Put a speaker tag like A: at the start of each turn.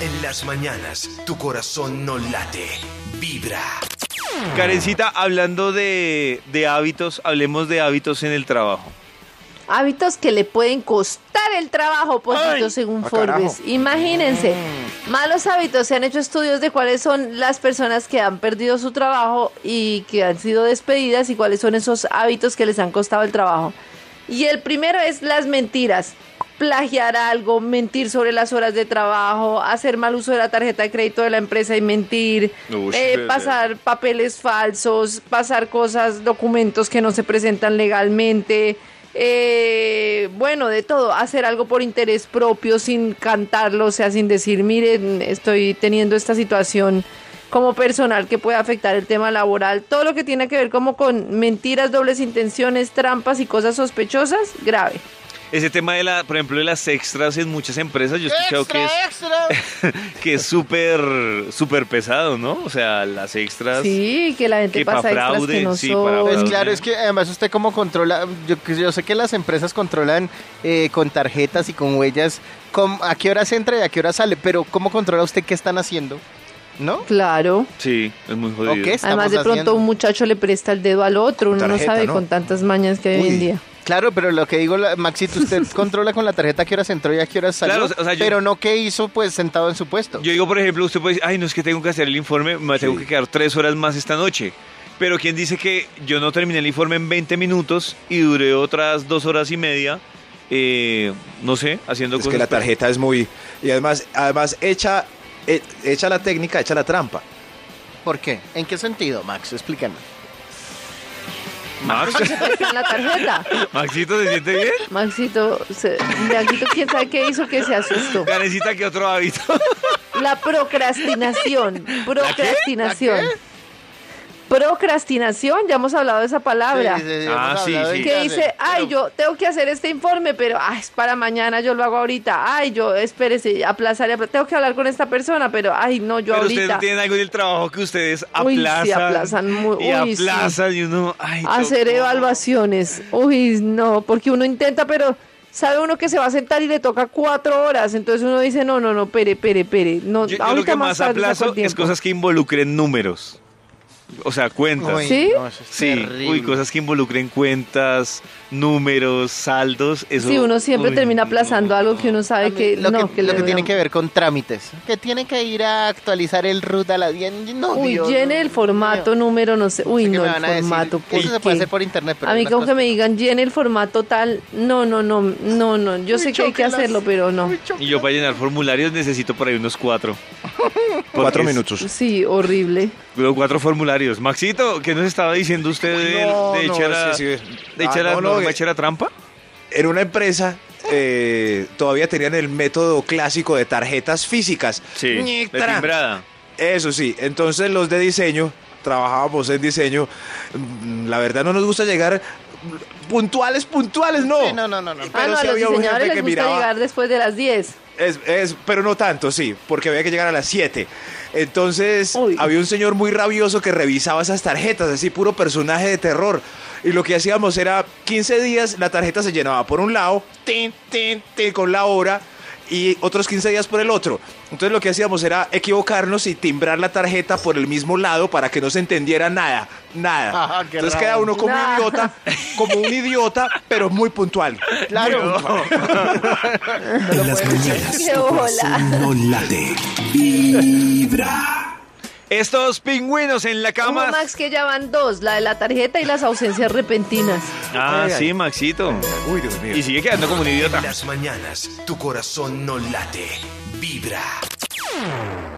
A: En las mañanas, tu corazón no late, vibra.
B: Karencita, hablando de, de hábitos, hablemos de hábitos en el trabajo.
C: Hábitos que le pueden costar el trabajo, poquito según
D: ah,
C: Forbes.
D: carajo.
C: Imagínense, malos hábitos. Se han hecho estudios de cuáles son las personas que han perdido su trabajo y que han sido despedidas y cuáles son esos hábitos que les han costado el trabajo. Y el primero es las mentiras. Plagiar algo, mentir sobre las horas de trabajo, hacer mal uso de la tarjeta de crédito de la empresa y mentir,
B: Ush,
C: eh,
B: bebé.
C: pasar papeles falsos, pasar cosas, documentos que no se presentan legalmente, eh, bueno, de todo, hacer algo por interés propio sin cantarlo, o sea, sin decir, miren, estoy teniendo esta situación como personal que puede afectar el tema laboral, todo lo que tiene que ver como con mentiras, dobles intenciones, trampas y cosas sospechosas, grave.
B: Ese tema de la, por ejemplo, de las extras en muchas empresas, yo he escuchado que es
D: extra!
B: que es súper súper pesado, ¿no? O sea, las extras.
C: Sí, que la gente
B: que
C: pasa
B: para
C: extras
B: fraude,
C: que no
B: sí,
C: son.
B: para
D: Pues
B: fraude.
D: claro, es que además usted como controla, yo, yo sé que las empresas controlan eh, con tarjetas y con huellas cómo- a qué horas entra y a qué hora sale, pero ¿cómo controla usted qué están haciendo? ¿No?
C: Claro.
B: Sí, es muy jodido.
D: ¿O qué estamos
C: Además, de pronto
D: haciendo?
C: un muchacho le presta el dedo al otro, uno no
D: tarjeta,
C: sabe
D: ¿no?
C: con tantas mañas que hay hoy
D: Uy,
C: en día.
D: Claro, pero lo que digo, la- Maxito, usted controla con la tarjeta a qué horas entró y a qué horas salió,
B: Claro, o sea, yo-
D: pero no qué hizo pues sentado en su puesto.
B: Yo digo, por ejemplo, usted puede decir, ay, no es que tengo que hacer el informe, me tengo que quedar tres horas más esta noche. Pero ¿quién dice que yo no terminé el informe en 20 minutos y duré otras dos horas y media, eh, no sé, haciendo
E: Es
B: cosas?
E: que la tarjeta es muy... Y además, además echa, e- echa la técnica, echa la trampa.
D: ¿Por qué? ¿En qué sentido, Max? Explícanos.
B: Max,
C: Se prestan la tarjeta.
B: Maxito, ¿se siente bien?
C: Maxito, se- Maxito, quién sabe qué hizo que se asustó.
B: Karencita, ¿qué otro hábito?
C: La procrastinación. Procrastinación. Procrastinación, ya hemos hablado de esa palabra.
D: Sí, sí, sí,
B: Ah,
D: hemos
B: sí,
D: hablado de
B: sí.
C: que
D: clase,
C: dice, ay,
D: pero-
C: yo tengo que hacer este informe, pero ay, es para mañana, yo lo hago ahorita. Ay, yo, espérese, aplazar, y apla- tengo que hablar con esta persona, pero ay, no, yo
B: Pero
C: ahorita.
B: ustedes tienen algo del trabajo que ustedes
C: Uy, sí,
B: aplazan.
C: aplazan muy-
B: y
C: uy, sí.
B: aplazan y uno... Ay,
C: hacer
B: tocó.
C: evaluaciones. Uy, no, porque uno intenta, pero sabe uno que se va a sentar y le toca cuatro horas, entonces uno dice, no, no, no, pere, pere, pere. No,
B: Yo, yo
C: ahorita
B: lo que
C: más
B: más
C: tarde saco el
B: aplazo es
C: tiempo.
B: cosas que involucren números. O sea, cuentas.
D: Uy,
C: ¿Sí?
D: no, eso es
B: Sí, uy,
D: terrible.
B: cosas que involucren cuentas, números, saldos, eso.
C: Sí, uno siempre
B: uy,
C: termina
B: no.
C: aplazando algo que uno sabe que
D: lo
C: no,
D: que,
C: que
D: lo
C: le
D: que
C: voy a-
D: tiene que ver con trámites. Que tiene que ir a actualizar el root a la bien. No,
C: Uy,
D: Dios,
C: llene
D: no,
C: el formato,
D: Dios mío.
C: número, no sé. Uy,
D: Sé que
C: no,
D: me
C: el
D: van a decir,
C: formato.
D: Eso
C: ¿por
D: se puede
C: qué?
D: hacer por internet, pero
C: A mí
D: unas
C: como que
D: cosas-
C: me digan llene el formato tal, no, no, no, no, no, yo sé que hay que
D: chóquelas.
C: hacerlo, pero no.
D: Uy, chóquelas.
B: Y yo para llenar formularios necesito por ahí unos cuatro. Porque
E: Cuatro
B: es-
E: minutos.
C: Sí, horrible.
B: los Cuatro formularios. Maxito, ¿qué nos estaba diciendo usted de,
E: No,
B: de
E: no,
B: echar a,
E: sí, sí.
B: de
E: Ah,
B: echar a
E: no, no,
B: norma,
E: que-
B: echar a trampa?
E: en una empresa eh, todavía tenían el método clásico de tarjetas físicas.
B: De
E: Ñic, tarán.
B: timbrada.
E: Eso sí, entonces los de diseño, trabajábamos en diseño, mm, la verdad no nos gusta llegar mm, puntuales, puntuales, no.
D: Sí, no, no, no, no.
C: ah, no,
E: sí
C: a los
E: había un
C: diseñadores
E: jefe
C: les
E: que
C: gusta
E: miraba-
C: llegar después de las 10.
E: Es, es- pero no tanto, sí, porque había que llegar a las 7. Entonces
C: Uy.
E: había un señor muy rabioso que revisaba esas tarjetas, así puro personaje de terror. Y lo que hacíamos era 15 días, la tarjeta se llenaba por un lado, tin, tin, tin, con la hora, y otros 15 días por el otro. Entonces lo que hacíamos era equivocarnos y timbrar la tarjeta por el mismo lado para que no se entendiera nada, nada.
D: Ah, qué
E: Entonces queda
D: raro.
E: uno como
C: Nah.
E: un idiota, como un idiota, pero muy puntual.
D: Claro.
A: En las mañanas,
C: Qué
A: tu corazón no late, vibra.
B: Estos pingüinos en la
C: Como
B: cama.
C: Max que ya van dos, la de la tarjeta y las ausencias repentinas.
B: Ah,
E: Ay, ay.
B: sí, Maxito.
E: Uy, Dios mío.
B: Y sigue quedando como un
A: En
B: idiota.
A: las mañanas, tu corazón no late, vibra.